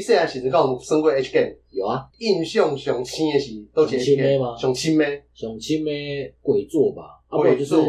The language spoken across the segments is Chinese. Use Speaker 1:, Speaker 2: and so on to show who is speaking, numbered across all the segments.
Speaker 1: 细汉时阵，敢有算过 H game？
Speaker 2: 有啊，
Speaker 1: 印象上深的是都一个
Speaker 2: 上深的吗
Speaker 1: 上深的
Speaker 2: 上深的鬼作吧，啊，不
Speaker 1: 鬼
Speaker 2: 然就是
Speaker 1: 作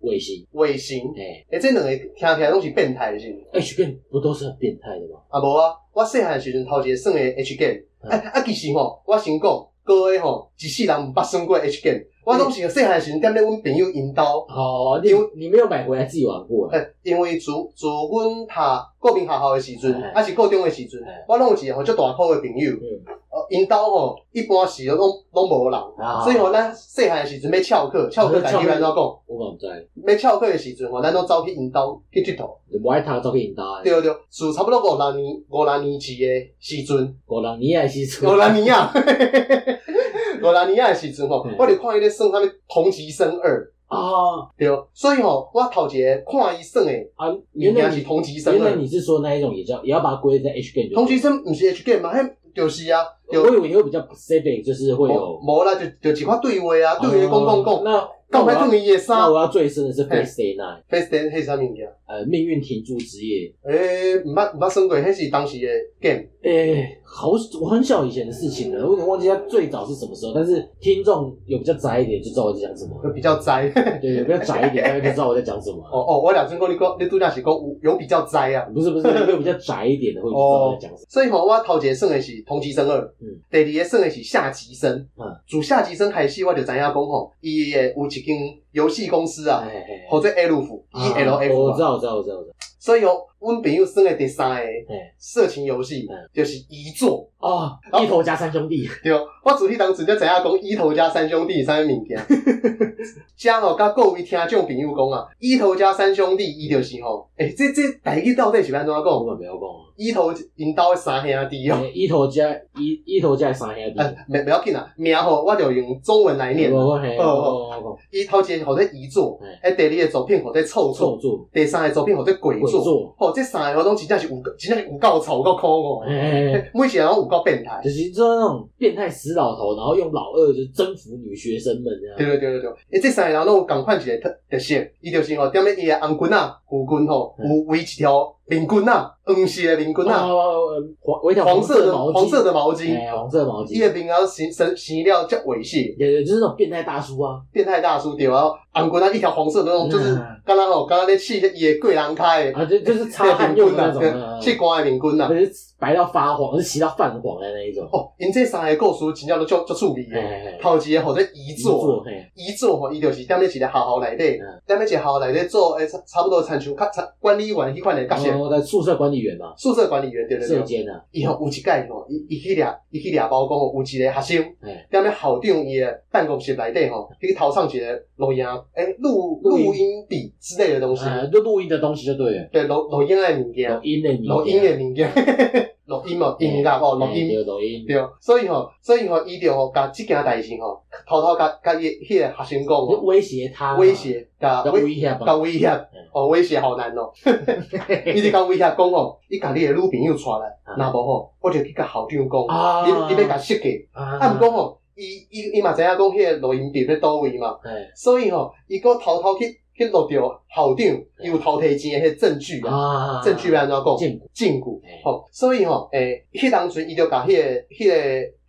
Speaker 2: 尾行，
Speaker 1: 卫星。
Speaker 2: 哎、
Speaker 1: 诶、这两个听起来拢是变态的是不是？
Speaker 2: h 片不都是很变态的吗？
Speaker 1: 啊无啊，我细汉时阵头一个算的 H game，啊
Speaker 2: 嗯
Speaker 1: 啊其实吼，我先讲，各位吼，一世人毋捌算过 H game，我拢是细汉时阵踮咧阮朋友因兜。
Speaker 2: 哦，你你没有买回来自己玩过、啊？
Speaker 1: 诶，因为自自阮读国民学校的时阵，啊
Speaker 2: 哎
Speaker 1: 还是高中的时阵
Speaker 2: 哎，
Speaker 1: 我拢有一个吼足大块的朋友
Speaker 2: 嗯，
Speaker 1: 呃，因兜吼一般是拢拢无人，
Speaker 2: 啊
Speaker 1: 所以吼咱细汉的时阵要翘课，翘课家己要安怎讲？
Speaker 2: 我嘛不知，
Speaker 1: 要翘课的时阵吼，咱拢走去因兜去佚佗。
Speaker 2: 就无爱读照片搭的，
Speaker 1: 对对，自差不多五六年五六年级的时阵，
Speaker 2: 五六年的时阵，
Speaker 1: 五六年啊， 五六年啊的时阵吼
Speaker 2: 嗯，
Speaker 1: 我就看伊咧算啥物同级生二，
Speaker 2: 啊
Speaker 1: 对，所以吼我头一个看伊算的
Speaker 2: 啊，
Speaker 1: 物
Speaker 2: 原来
Speaker 1: 件
Speaker 2: 你
Speaker 1: 是同级生
Speaker 2: 原来
Speaker 1: 二。
Speaker 2: 你是说那一种也叫也要把它归类在 H game，
Speaker 1: 同级生毋是 H game 嘛，迄就是啊，
Speaker 2: 我以为你会比较 specific，就是会有
Speaker 1: 无无啦，就就一款对话啊，哦对话讲讲
Speaker 2: 哦
Speaker 1: 讲，
Speaker 2: 那
Speaker 1: 讲
Speaker 2: 那我
Speaker 1: 歹
Speaker 2: 要
Speaker 1: 对伊的
Speaker 2: 那
Speaker 1: 衫
Speaker 2: 我要最深的是
Speaker 1: 嘿
Speaker 2: Face Day Night，
Speaker 1: ，Face Day 迄啥物件？
Speaker 2: 呃，命运停驻之夜。
Speaker 1: 诶，毋捌毋捌算过，迄是当时的 game。
Speaker 2: 诶、好，我很小以前的事情了，我有点忘记它最早是什么时候，但是听众有比较宅一点就知道我在讲什么了，
Speaker 1: 比较宅，
Speaker 2: 对，有比较宅一点，大家就知道我在讲什么了。
Speaker 1: 哦哦，我两阵讲你讲，你拄则是讲有有比较宅啊，
Speaker 2: 不是不是，有比较宅一点的会知道我在讲什么。
Speaker 1: 所以吼，我头一个算的是同级生二，
Speaker 2: 嗯
Speaker 1: 第二个算的是下级生。
Speaker 2: 嗯
Speaker 1: 自下级生开始，我就知影讲吼，伊的有一间游戏公司啊，
Speaker 2: 哎哎
Speaker 1: 或者 L F E L
Speaker 2: 啊我
Speaker 1: F
Speaker 2: 知
Speaker 1: 啊，
Speaker 2: 道，我知道，我知道，我知道。
Speaker 1: 所以吼，阮朋友算的第三个
Speaker 2: 哎，
Speaker 1: 色情游戏
Speaker 2: 嗯
Speaker 1: 就是遗作。
Speaker 2: 哦，
Speaker 1: 好
Speaker 2: 一头加三兄弟，
Speaker 1: 对，我主迄当时就知影讲伊头家三兄弟啥 物物件。遮吼，哦甲各位听众朋友讲啊，伊头家三兄弟伊就是吼，诶、这这台语到底是要安怎
Speaker 2: 我
Speaker 1: 哦讲？
Speaker 2: 们不要讲
Speaker 1: 伊头因兜的三兄弟哦、
Speaker 2: 啊。一头加一一头加三兄弟，
Speaker 1: 啊，没不要紧啦，名吼我就用中文来念。
Speaker 2: 我我嘿，
Speaker 1: 哦
Speaker 2: 我
Speaker 1: 哦
Speaker 2: 我我
Speaker 1: 伊头一个号做遗作，诶，第二个作品号做臭
Speaker 2: 臭
Speaker 1: 作，
Speaker 2: 作
Speaker 1: 第三个作品号做鬼
Speaker 2: 鬼
Speaker 1: 作。
Speaker 2: 作，
Speaker 1: 吼、这三个拢真正是有够，真正是有够臭，有够可恶，
Speaker 2: 哎。
Speaker 1: 每一个人拢有够变态。
Speaker 2: 就是就是那种变态死老头，然后用老二就是征服女学生们这
Speaker 1: 对
Speaker 2: 样。
Speaker 1: 对对对对，诶，这三个人拢有共款一个特特色，伊就是吼，踮咧伊的红裙啊、护裙吼，
Speaker 2: 嗯
Speaker 1: 有围一条面裙啊，黄色的面裙啊，
Speaker 2: 哦，呃黄围一条
Speaker 1: 黄色的
Speaker 2: 毛巾，
Speaker 1: 黄色的毛巾，
Speaker 2: 哎，黄色的毛
Speaker 1: 伊
Speaker 2: 巾，
Speaker 1: 的面啊生生生了叫猥亵，
Speaker 2: 对对，就是那种变态大叔啊，
Speaker 1: 变态大叔对啊，红裙啊一条黄色的那种，就是
Speaker 2: 嗯
Speaker 1: 刚刚吼，刚刚咧试伊的贵人开的
Speaker 2: 啊，就就是擦汗用的那种啊，
Speaker 1: 去光的面裙啊
Speaker 2: 不。是白到发黄，是洗到泛黄的那一种。
Speaker 1: 哦，因这三个故事真正都足足趣味的。
Speaker 2: 哎，
Speaker 1: 头一个吼做遗作，哎
Speaker 2: 嘿，
Speaker 1: 遗作吼，伊就是踮咧一个学校内底
Speaker 2: 嗯，
Speaker 1: 踮咧一个学校内底做诶，差差不多参像较差管理员迄款的角色
Speaker 2: 然。后在宿舍管理员嘛，
Speaker 1: 宿舍管理员对对
Speaker 2: 舍
Speaker 1: 对，
Speaker 2: 监啊，
Speaker 1: 伊吼有一届吼，伊伊去掠伊去掠包讲吼，有一个学生
Speaker 2: 哎，
Speaker 1: 踮咧校长伊诶办公室内底吼，去偷唱一个录音诶录
Speaker 2: 录音
Speaker 1: 录音笔之类的东西，
Speaker 2: 啊，就录音的东西就对了，
Speaker 1: 对录录音诶物件
Speaker 2: 录，音的名，
Speaker 1: 录音诶物件， 录音哦，音乐哦，录
Speaker 2: 哎
Speaker 1: 音
Speaker 2: 对录音，
Speaker 1: 对，所以吼，所以吼，伊就吼，甲即件代志吼，偷偷甲甲伊迄个学生讲
Speaker 2: 就
Speaker 1: 哦，
Speaker 2: 威胁他嘛，
Speaker 1: 威胁，甲
Speaker 2: 要
Speaker 1: 威
Speaker 2: 威胁
Speaker 1: 甲
Speaker 2: 吧，
Speaker 1: 威胁，
Speaker 2: 嗯
Speaker 1: 哦，威胁好难哦。伊就甲威胁讲哦吼，你甲你的女朋友带来，
Speaker 2: 啊
Speaker 1: 若无吼，我就去甲校长讲，
Speaker 2: 啊，
Speaker 1: 你你要甲设计。啊，毋
Speaker 2: 啊
Speaker 1: 过吼，伊伊伊嘛知影讲迄个录音笔咧倒位嘛，
Speaker 2: 哎
Speaker 1: 所以吼，伊佫偷偷去去录着校长伊有偷摕钱的迄证据啊，
Speaker 2: 嗯啊，
Speaker 1: 证据要安怎讲？
Speaker 2: 见哎过，
Speaker 1: 禁锢
Speaker 2: 嘿
Speaker 1: 吼，所以吼，诶，迄当阵伊就甲迄个迄个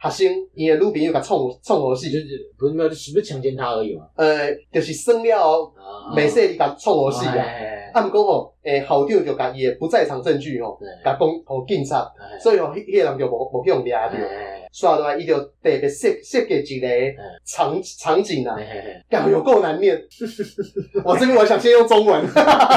Speaker 1: 学生伊的女朋友甲创创好
Speaker 2: 就
Speaker 1: 死，
Speaker 2: 是不是没有，就是不是强奸他而已嘛，
Speaker 1: 呃，就是算了后，
Speaker 2: 啊
Speaker 1: 袂说伊甲创好死啊。
Speaker 2: 哎
Speaker 1: 啊，毋过吼，诶，校长就甲伊诶不在场证据吼，甲讲互警察，
Speaker 2: 哎
Speaker 1: 所以吼，迄迄个人就无无去互掠着。
Speaker 2: 哎
Speaker 1: 刷落来，伊就特别设设计一个场场景啊，
Speaker 2: 哎
Speaker 1: 干有够难念。我这边我想先用中文，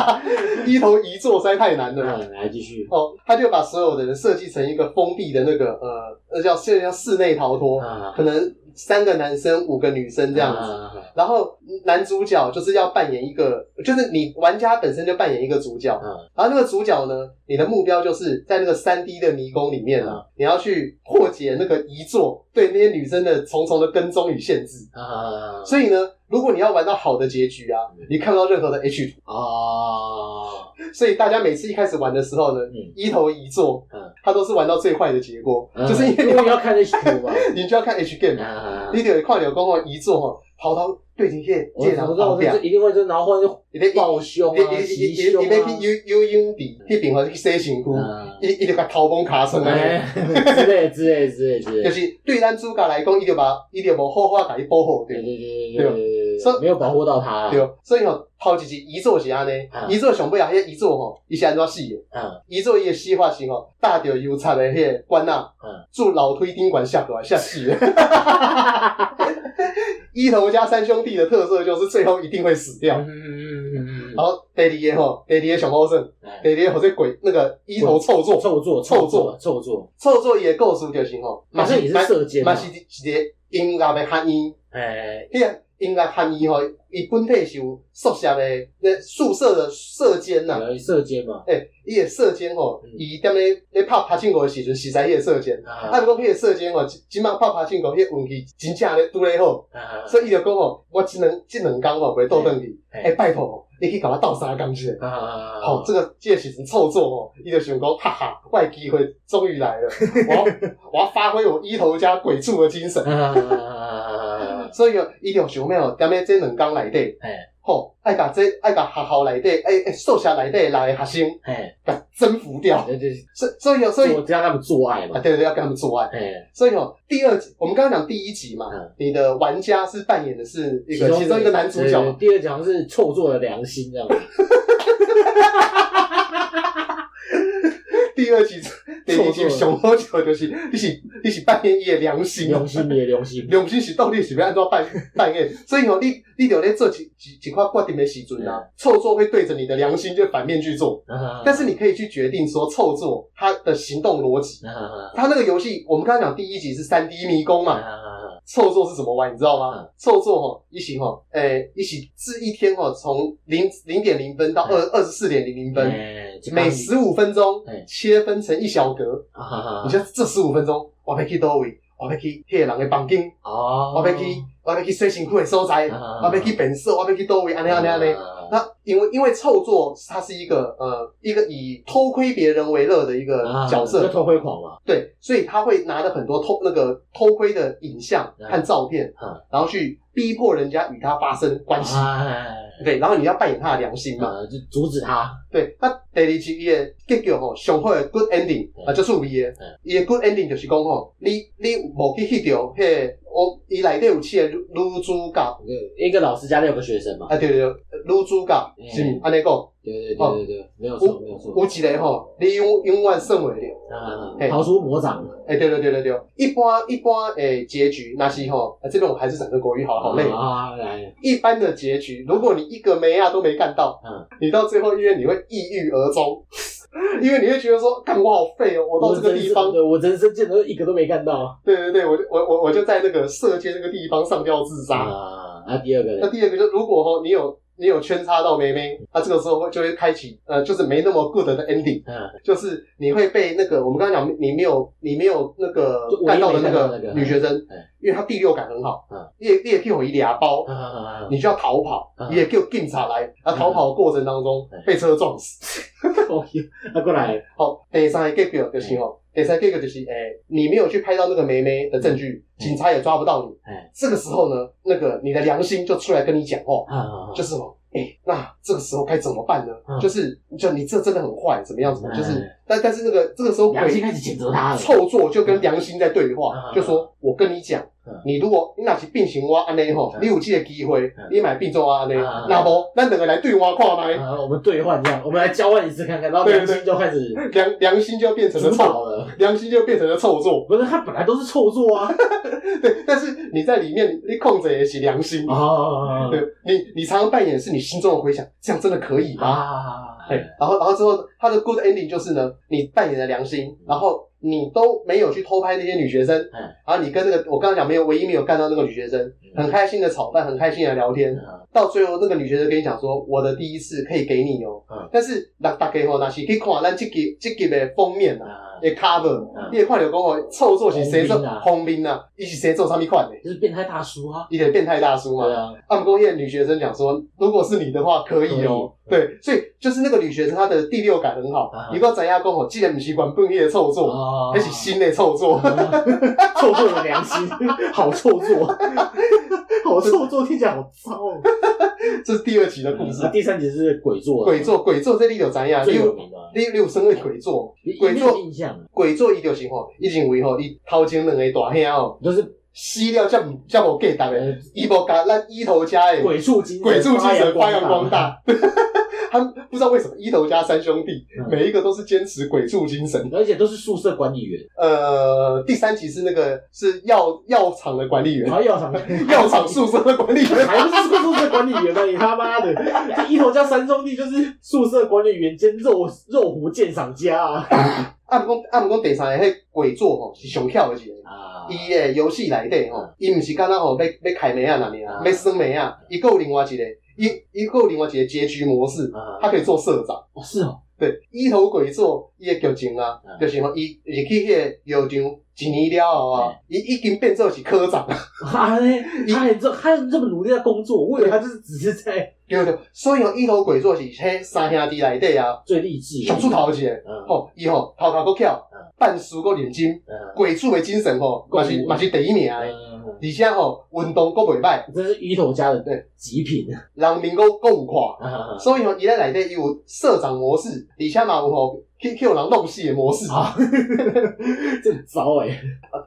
Speaker 1: 一头一座实在太难了。
Speaker 2: 嗯，来继续，
Speaker 1: 哦，他就把所有的人设计成一个封闭的那个呃，那叫是叫室内逃脱，
Speaker 2: 啊
Speaker 1: 可能三个男生五个女生这样子。
Speaker 2: 子，
Speaker 1: 然后男主角就是要扮演一个，就是你玩家本身就扮演一个主角，
Speaker 2: 嗯，
Speaker 1: 然后那个主角呢，你的目标就是在那个三 D 的迷宫里面啊，你要去破解那个遗作对那些女生的重重的跟踪与限制。
Speaker 2: 啊，
Speaker 1: 所以呢，如果你要玩到好的结局啊，你看不到任何的 H 图。
Speaker 2: 哦，
Speaker 1: 所以大家每次一开始玩的时候呢，
Speaker 2: 嗯
Speaker 1: 一头一作，
Speaker 2: 嗯，
Speaker 1: 它都是玩到最坏的结果，
Speaker 2: 嗯
Speaker 1: 就是因为
Speaker 2: 因为要看那图嘛，
Speaker 1: 你就要看 H game，
Speaker 2: 啊
Speaker 1: 你得看了讲哦，遗作哦，跑到对着迄
Speaker 2: 我
Speaker 1: 这
Speaker 2: 怎
Speaker 1: 人
Speaker 2: 么知道？
Speaker 1: 后
Speaker 2: 我
Speaker 1: 壁
Speaker 2: 就，一定会就然后忽然就
Speaker 1: 伊咧
Speaker 2: 抱胸啊、袭
Speaker 1: 伊
Speaker 2: 胸
Speaker 1: 伊咧去
Speaker 2: 啊
Speaker 1: 游游泳池，迄边或去洗身躯，
Speaker 2: 啊，
Speaker 1: 伊伊就甲头毛卡算安尼。
Speaker 2: 哎之类之类之类之类
Speaker 1: 就，是对咱主角来讲，伊就把伊就无好好甲伊保护
Speaker 2: 对
Speaker 1: 对。
Speaker 2: 对对对对
Speaker 1: 所
Speaker 2: 对，
Speaker 1: 以
Speaker 2: 没有保护到他，
Speaker 1: 对，所以吼，头一集遗作是安尼
Speaker 2: 啊，
Speaker 1: 遗作上尾啊，迄个遗作吼，伊是安怎死的？
Speaker 2: 嗯，
Speaker 1: 遗作伊的死法是吼，搭着油漆的迄个管啊
Speaker 2: 嗯，
Speaker 1: 住楼梯顶管下落来下死的。 一头家三兄弟的特色就是最后一定会死掉。
Speaker 2: 嗯嗯嗯嗯
Speaker 1: 然后第二个吼，第二个上好胜，
Speaker 2: 嗯，
Speaker 1: 第二个或者鬼那个一头臭作，
Speaker 2: 臭作
Speaker 1: 臭
Speaker 2: 作
Speaker 1: 作
Speaker 2: 臭作，
Speaker 1: 臭作伊的故事就是吼，
Speaker 2: 好啊像也是射箭嘛
Speaker 1: 嘛，是一一个音乐的含义。
Speaker 2: 哎，
Speaker 1: 迄个音乐含义吼，伊本体是有宿舍的，那宿舍的舍监呐、
Speaker 2: 有射箭嘛，
Speaker 1: 诶、伊的舍监吼
Speaker 2: 嗯，
Speaker 1: 伊踮咧咧拍拍进国的时阵，实在迄个舍监。啊，
Speaker 2: 啊
Speaker 1: 不过迄个舍监吼，即即摆拍拍进国迄个运气真正咧拄咧好，
Speaker 2: 啊，
Speaker 1: 所以伊就讲吼，我即两即两工吼袂倒转去，诶、
Speaker 2: 哎
Speaker 1: 拜托吼，你去甲我斗相共一下。
Speaker 2: 啊啊，
Speaker 1: 好、这个这个时阵凑作哦，伊就想讲，哈哈，我的机会终于来了，我要我要发挥我一头家鬼畜的精神。
Speaker 2: 啊，
Speaker 1: 所以哦，伊就想要哦，踮咧这两工内底
Speaker 2: 嘿，
Speaker 1: 吼，爱甲这爱甲学校内底，诶诶，宿舍内底来的学生，
Speaker 2: 哎，
Speaker 1: 甲征服掉。
Speaker 2: 对对，
Speaker 1: 所以所以哦，所
Speaker 2: 所
Speaker 1: 以
Speaker 2: 以我让他们做爱
Speaker 1: 啊，
Speaker 2: 嘛，
Speaker 1: 对对，要跟他们做爱。
Speaker 2: 哎，
Speaker 1: 所以哦，第二集我们刚刚讲第一集嘛
Speaker 2: 嗯，
Speaker 1: 你的玩家是扮演的是一个其中一个男主角嘛，
Speaker 2: 对第二讲是臭作的良心这样子，
Speaker 1: 第二集第二
Speaker 2: 错
Speaker 1: 集
Speaker 2: 错了
Speaker 1: 熊猫球就是你是你是扮演伊的良心哦
Speaker 2: 良心也良心，
Speaker 1: 良心是到底是要安怎扮扮演？所以哦，你你就咧做一一一块决定的时阵啊，臭作会对着你的良心就反面去做。
Speaker 2: 嗯
Speaker 1: 但是你可以去决定说凑作它的行动逻辑。
Speaker 2: 啊
Speaker 1: 它那个游戏，我们刚刚讲第一集是三 D 迷宫嘛，
Speaker 2: 啊，
Speaker 1: 凑作是怎么玩，你知道吗
Speaker 2: 嗯？
Speaker 1: 凑作吼，一起吼，诶、一起至一天吼，从零零点零分
Speaker 2: 嗯
Speaker 1: 到二二十四点零零分，
Speaker 2: 哎，
Speaker 1: 每十五分钟
Speaker 2: 哎
Speaker 1: 切分成一小格，
Speaker 2: 啊
Speaker 1: 你，像这十五分钟，我要去多位，我要去迄个人的房间，
Speaker 2: 哦，
Speaker 1: 我要去我要去洗身躯的所在，
Speaker 2: 嗯
Speaker 1: 我要去便所，我要去多位，安尼安尼安尼。那因为因为臭作它是一个呃一个以偷窥别人为乐的一个
Speaker 2: 啊
Speaker 1: 角色，
Speaker 2: 就偷窥狂嘛，
Speaker 1: 对，所以他会拿着很多偷那个偷窥的影像
Speaker 2: 嗯
Speaker 1: 和照片，
Speaker 2: 嗯
Speaker 1: 然后去逼迫人家与他发生关系，
Speaker 2: 哎，
Speaker 1: 对，然后你要扮演他的良心嘛，
Speaker 2: 啊，就阻止他，
Speaker 1: 对。那第二集伊的结局吼，上好的 good ending
Speaker 2: 嗯
Speaker 1: 啊，就是伊的
Speaker 2: 嗯，
Speaker 1: 伊的 good ending 就是讲吼，你你无去去到迄个我伊内底有七个女女主角
Speaker 2: 一个老师家里有个学生嘛，
Speaker 1: 啊，对对对，女主角
Speaker 2: 嗯
Speaker 1: 是安尼讲。
Speaker 2: 对对对对对，没有错没有错，
Speaker 1: 有一个吼，你永永远算袂了。
Speaker 2: 啊，逃出魔掌，
Speaker 1: 哎、对对对对对，一般一般诶、结局那是吼、啊这边我还是整个国语好了好累。
Speaker 2: 啊，来，
Speaker 1: 一般的结局，如果你一个梅亚都没干到，
Speaker 2: 嗯，
Speaker 1: 你到最后因为你会抑郁而终， 因为你会觉得说，干我好废哦，我到这个地方，
Speaker 2: 对我人生见的一个都没干到
Speaker 1: 对对对，我就我我我就在那个射箭那个地方上吊自杀。
Speaker 2: 啊，那第二个
Speaker 1: 那
Speaker 2: 呢？
Speaker 1: 第二个就如果吼、你有你有圈插到梅梅，那、这个时候会就会开启呃，就是没那么 good 的 ending。
Speaker 2: 嗯，
Speaker 1: 就是你会被那个我们刚刚讲，你没有你没有那个
Speaker 2: 就唯一
Speaker 1: 干到的
Speaker 2: 没看到
Speaker 1: 个
Speaker 2: 那个
Speaker 1: 女学生
Speaker 2: 嗯，
Speaker 1: 因为她第六感很好
Speaker 2: 嗯，
Speaker 1: 你也你也给我一俩包，
Speaker 2: 啊，
Speaker 1: 你就要逃跑
Speaker 2: 嗯，
Speaker 1: 你也给我警察来，啊，逃跑的过程当中
Speaker 2: 嗯
Speaker 1: 被车撞死。
Speaker 2: 那啊过来，
Speaker 1: 好，第三个结局就是
Speaker 2: 嗯
Speaker 1: 哦，第三个结局就是诶，你没有去拍到那个梅梅的证据，
Speaker 2: 嗯
Speaker 1: 警察也抓不到你
Speaker 2: 哎。
Speaker 1: 这个时候呢，那个你的良心就出来跟你讲话，
Speaker 2: 啊，
Speaker 1: 就是哦，哎、那这个时候该怎么办呢？
Speaker 2: 嗯
Speaker 1: 就是就你这真的很坏，怎么样怎么样？就是
Speaker 2: 嗯
Speaker 1: 但但是那个这个时候
Speaker 2: 良
Speaker 1: 鬼
Speaker 2: 心开始谴责他了，
Speaker 1: 臭作就跟良心在对话，
Speaker 2: 嗯
Speaker 1: 就说我跟你讲
Speaker 2: 嗯，
Speaker 1: 你如果你若是病情我安尼吼
Speaker 2: 嗯，
Speaker 1: 你有这个机会
Speaker 2: 嗯，
Speaker 1: 你买病重我安尼，
Speaker 2: 嗯
Speaker 1: 那无咱两个来对我看麦，
Speaker 2: 啊，我们兑换这样，我们来交换一次看看，然后良心就开始
Speaker 1: 良良心就变成了
Speaker 2: 嗯主
Speaker 1: 臭，
Speaker 2: 导了。
Speaker 1: 良心就变成了臭作。
Speaker 2: 不是，他本来都是臭作啊！
Speaker 1: 对，但是你在里面你控制的是良心，
Speaker 2: 啊
Speaker 1: 对你你常常扮演是你心中的回想，这样真的可以吗？
Speaker 2: 啊，
Speaker 1: 对，然后然后之后他的 good ending 就是呢，你扮演了良心，然后你都没有去偷拍那些女学生，
Speaker 2: 嗯
Speaker 1: 然后你跟那个我刚刚讲没有唯一没有干到那个女学生，
Speaker 2: 啊
Speaker 1: 很开心的炒饭，很开心的聊天，
Speaker 2: 嗯
Speaker 1: 到最后那个女学生跟你讲说，我的第一次可以给你哦，
Speaker 2: 嗯
Speaker 1: 但是那大家吼，那是去看咱这集这集的封面啊，
Speaker 2: 啊，
Speaker 1: 的 cover，、
Speaker 2: 嗯
Speaker 1: 你会看到讲哦，臭作是谁做
Speaker 2: 封面啊
Speaker 1: 红兵啊，伊是谁做啥物款的，
Speaker 2: 就是变态大叔啊！
Speaker 1: 一点变态大叔嘛，
Speaker 2: 对啊，
Speaker 1: 他们跟那个女学生讲说，如果是你的话，可以哦、
Speaker 2: 可
Speaker 1: 对，所以就是那个女学生，她的第六感很好
Speaker 2: 啊。
Speaker 1: 你跟咱家讲吼，既然不是管本业的臭作，
Speaker 2: 啊
Speaker 1: 那是新的臭作。
Speaker 2: 臭作的良心，好臭作，好臭作听起来好糟哦。
Speaker 1: 这是第二集的故事
Speaker 2: 那。第三集是鬼作，
Speaker 1: 鬼作，鬼作这里有怎样？你
Speaker 2: 最有
Speaker 1: 有
Speaker 2: 名的啊，
Speaker 1: 你你有身为鬼作，
Speaker 2: 你
Speaker 1: 鬼
Speaker 2: 你
Speaker 1: 作
Speaker 2: 有印象，啊
Speaker 1: 鬼作伊就是吼，伊认为吼，伊头前两个大兄吼
Speaker 2: 就是
Speaker 1: 死了才唔才无价值的，
Speaker 2: 呃
Speaker 1: 伊无甲咱伊头家诶
Speaker 2: 鬼畜精神
Speaker 1: 鬼畜精神发扬光
Speaker 2: 光。
Speaker 1: 大。 他们不知道为什么伊头家三兄弟
Speaker 2: 嗯
Speaker 1: 每一个都是坚持鬼畜精神。
Speaker 2: 而且都是宿舍管理员，
Speaker 1: 呃，第三集是那个是药药厂的管理员
Speaker 2: 然，后药厂
Speaker 1: 药厂宿舍的管理员。
Speaker 2: 还不是宿舍管理员呢？你他妈的，这一头家三兄弟就是宿舍管理员兼肉肉胡鉴赏家啊！
Speaker 1: 啊，毋讲啊，毋讲第三个迄鬼作吼是上巧的一个。
Speaker 2: 啊
Speaker 1: 伊诶呃游戏内底吼
Speaker 2: 嗯，
Speaker 1: 伊毋是敢若吼要要开门啊那尼啊，
Speaker 2: 啊
Speaker 1: 要耍门啊，伊还有另外一个，伊伊还有另外一个结局模式，他
Speaker 2: 啊，
Speaker 1: 可以做社长。
Speaker 2: 哦是哦，
Speaker 1: 对，一头鬼做伊诶剧情啊，
Speaker 2: 嗯
Speaker 1: 就是吼伊入去迄个药场一年了后啊，
Speaker 2: 嗯
Speaker 1: 伊已经变做是科长，
Speaker 2: 他他还这他这么努力在工作，我以为他就是只是在
Speaker 1: 对不对？所以吼一头鬼做是迄三兄弟内底啊，
Speaker 2: 最励志的，
Speaker 1: 上出头一个，
Speaker 2: 嗯，
Speaker 1: 吼伊吼头壳够巧
Speaker 2: 嗯，
Speaker 1: 办事够认真，
Speaker 2: 嗯
Speaker 1: 鬼畜诶精神吼，嘛是
Speaker 2: 嗯
Speaker 1: 嘛是第一名诶，
Speaker 2: 嗯，
Speaker 1: 而且吼运动够袂歹，
Speaker 2: 这是一头家的
Speaker 1: 对
Speaker 2: 极品
Speaker 1: 人民够够有看。
Speaker 2: 啊！
Speaker 1: 所以吼，伊咧内底伊有社长模式，而且嘛有吼去去有人弄死的模式。
Speaker 2: 啊， 这很糟哎、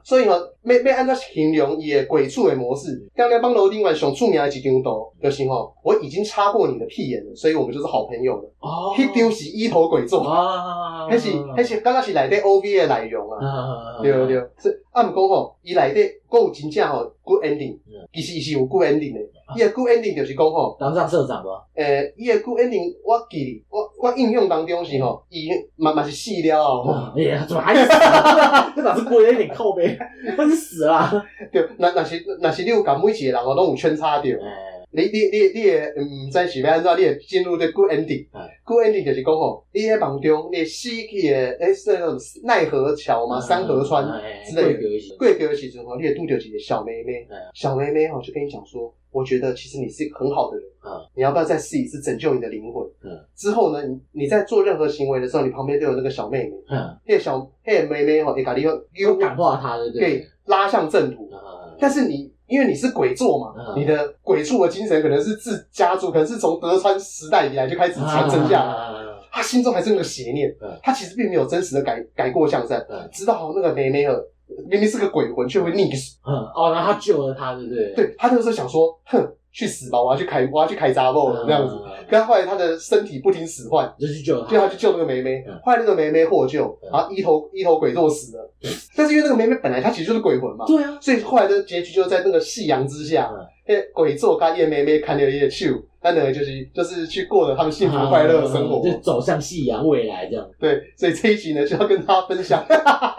Speaker 1: 所以吼，要要安怎形容伊的鬼畜的模式？刚刚帮楼顶完上出名的一张图，就是吼，我已经插过你的屁眼了，所以我们就是好朋友了。
Speaker 2: 哦
Speaker 1: 迄张是一头鬼畜，
Speaker 2: 啊，
Speaker 1: 迄是迄是刚刚是内底 O V 的内容啊。
Speaker 2: 啊，
Speaker 1: 对对，是啊，毋过吼，伊内底还有真正吼 good ending，
Speaker 2: 嗯啊
Speaker 1: 其实伊是有 good ending 的。伊的 good ending 就是讲吼，
Speaker 2: 当上社长吧，
Speaker 1: 诶，呃伊的 good ending 我记得，我我印象当中是吼，伊嘛嘛是死了后吼。
Speaker 2: 哎呀，怎么还死啊？ 这哪是过了一点靠背，他是死了啊。
Speaker 1: 对，那那是那是你有甲每一个人哦，拢有圈叉着。
Speaker 2: 哎，
Speaker 1: 你你你你会嗯毋知是要安怎，你会进入这 good ending
Speaker 2: 哎。
Speaker 1: good ending 就是讲吼，你喺梦中，你死去的诶，那种奈何桥
Speaker 2: 哎
Speaker 1: 嘛，三河川之类的。
Speaker 2: 的，
Speaker 1: 过桥的时阵吼，你会拄着一个小妹妹
Speaker 2: 哎，
Speaker 1: 小妹妹吼就跟你讲说，我觉得其实你是一个很好的人
Speaker 2: 嗯，
Speaker 1: 你要不要再试一次拯救你的灵魂
Speaker 2: 嗯？
Speaker 1: 之后呢，你你在做任何行为的时候，你旁边都有那个小妹妹，
Speaker 2: 嗯，
Speaker 1: 那个小那个妹妹吼，会甲你
Speaker 2: 有
Speaker 1: 诱
Speaker 2: 感化他，对不
Speaker 1: 对
Speaker 2: 对？
Speaker 1: 拉向正途。
Speaker 2: 啊
Speaker 1: 但是你因为你是鬼座嘛，
Speaker 2: 嗯
Speaker 1: 你的鬼畜的精神可能是自家族，可能是从德川时代以来就开始传承下来。
Speaker 2: 啊
Speaker 1: 他心中还是那个邪念
Speaker 2: 嗯，
Speaker 1: 他其实并没有真实的改改过向善
Speaker 2: 嗯，
Speaker 1: 直到那个梅梅尔明明是个鬼魂，却会溺死。
Speaker 2: 嗯，哦，然后他救了他，对不对？
Speaker 1: 对他那个时候想说，哼，去死吧，我要去开，我要去开杂报了
Speaker 2: 嗯，
Speaker 1: 哦这样子。可是后来他的身体不听使唤，
Speaker 2: 就去救他，
Speaker 1: 啊就他去救那个梅梅
Speaker 2: 嗯，
Speaker 1: 后来那个梅梅获救，
Speaker 2: 嗯
Speaker 1: 然后一头一头鬼座死了。但是因为那个梅梅本来她其实就是鬼魂嘛，
Speaker 2: 对啊，
Speaker 1: 所以后来的结局就是在那个夕阳之下
Speaker 2: 嗯，
Speaker 1: 那、鬼作跟叶妹妹看了叶秀，他两个就是就是去过了他们幸福快乐的生活。
Speaker 2: 就走向夕阳未来这样。
Speaker 1: 对，所以这一集呢就要跟大家分享，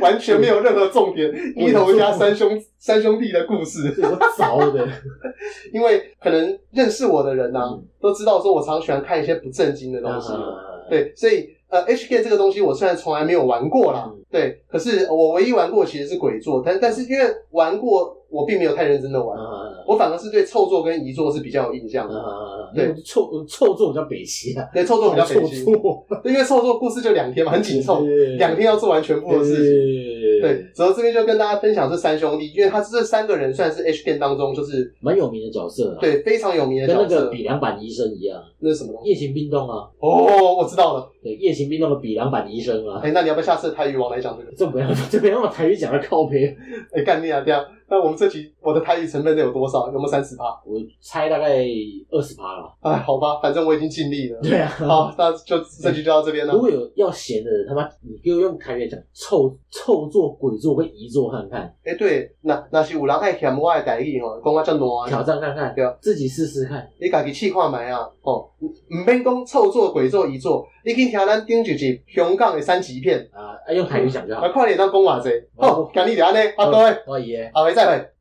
Speaker 1: 完全没有任何重点，
Speaker 2: 嗯
Speaker 1: 一头家三兄三兄弟的故事。
Speaker 2: 这有个糟的，
Speaker 1: 因为可能认识我的人呢、
Speaker 2: 嗯
Speaker 1: 都知道说我常喜欢看一些不正经的东西。
Speaker 2: 对，
Speaker 1: 对，所以呃，HK 这个东西我虽然从来没有玩过啦，
Speaker 2: 嗯
Speaker 1: 对，可是我唯一玩过其实是鬼作，但但是因为玩过，我并没有太认真的玩。
Speaker 2: 啊
Speaker 1: 我反而是对臭作跟遗作是比较有印象的。
Speaker 2: 啊，
Speaker 1: 对
Speaker 2: 对，臭臭作比较北齐啊，
Speaker 1: 对，臭作比较
Speaker 2: 臭
Speaker 1: 费心，
Speaker 2: 作
Speaker 1: 因为臭作故事就两天嘛，很紧凑，两天要做完全部的事情。
Speaker 2: 情
Speaker 1: 对，，然后这边就跟大家分享这三兄弟，因为他这三个人算是 H 片当中就是
Speaker 2: 蛮有名的角色啊，，
Speaker 1: 对非常有名的
Speaker 2: 跟那
Speaker 1: 角
Speaker 2: 个
Speaker 1: 色。
Speaker 2: 比良版医生一样，
Speaker 1: 那是什么东西？
Speaker 2: 夜行冰冻啊，
Speaker 1: 哦，我知道了。
Speaker 2: 对，夜行冰冻的比良版医生啊，
Speaker 1: 哎，那你要不要下次的台语王来讲这个？
Speaker 2: 这不要，这不要用台语讲的靠背，
Speaker 1: 哎，干你啊，对啊。那我们这集我的台语成分得有多少？有没有三十趴？
Speaker 2: 我猜大概二十趴了，
Speaker 1: 哎，好吧，反正我已经尽力 了。
Speaker 2: 对啊，
Speaker 1: 好，那就这集就到这边了
Speaker 2: 如。果有要闲的人，他妈你给我用台语讲臭臭作、鬼作跟遗作看看，
Speaker 1: 哎，对，那那是有人爱嫌我的台语吼，讲我遮烂。
Speaker 2: 挑战看看
Speaker 1: 对啊，
Speaker 2: 自己试试看。
Speaker 1: 你家己试看卖啊，吼、唔唔免讲臭做鬼做伊做，你去听咱顶一集香港的三级片，
Speaker 2: 啊，用台语讲就好
Speaker 1: 啊，。看你当讲偌济，
Speaker 2: 好
Speaker 1: 好，今日就安尼，阿哥，
Speaker 2: 我爷。
Speaker 1: 下回再会。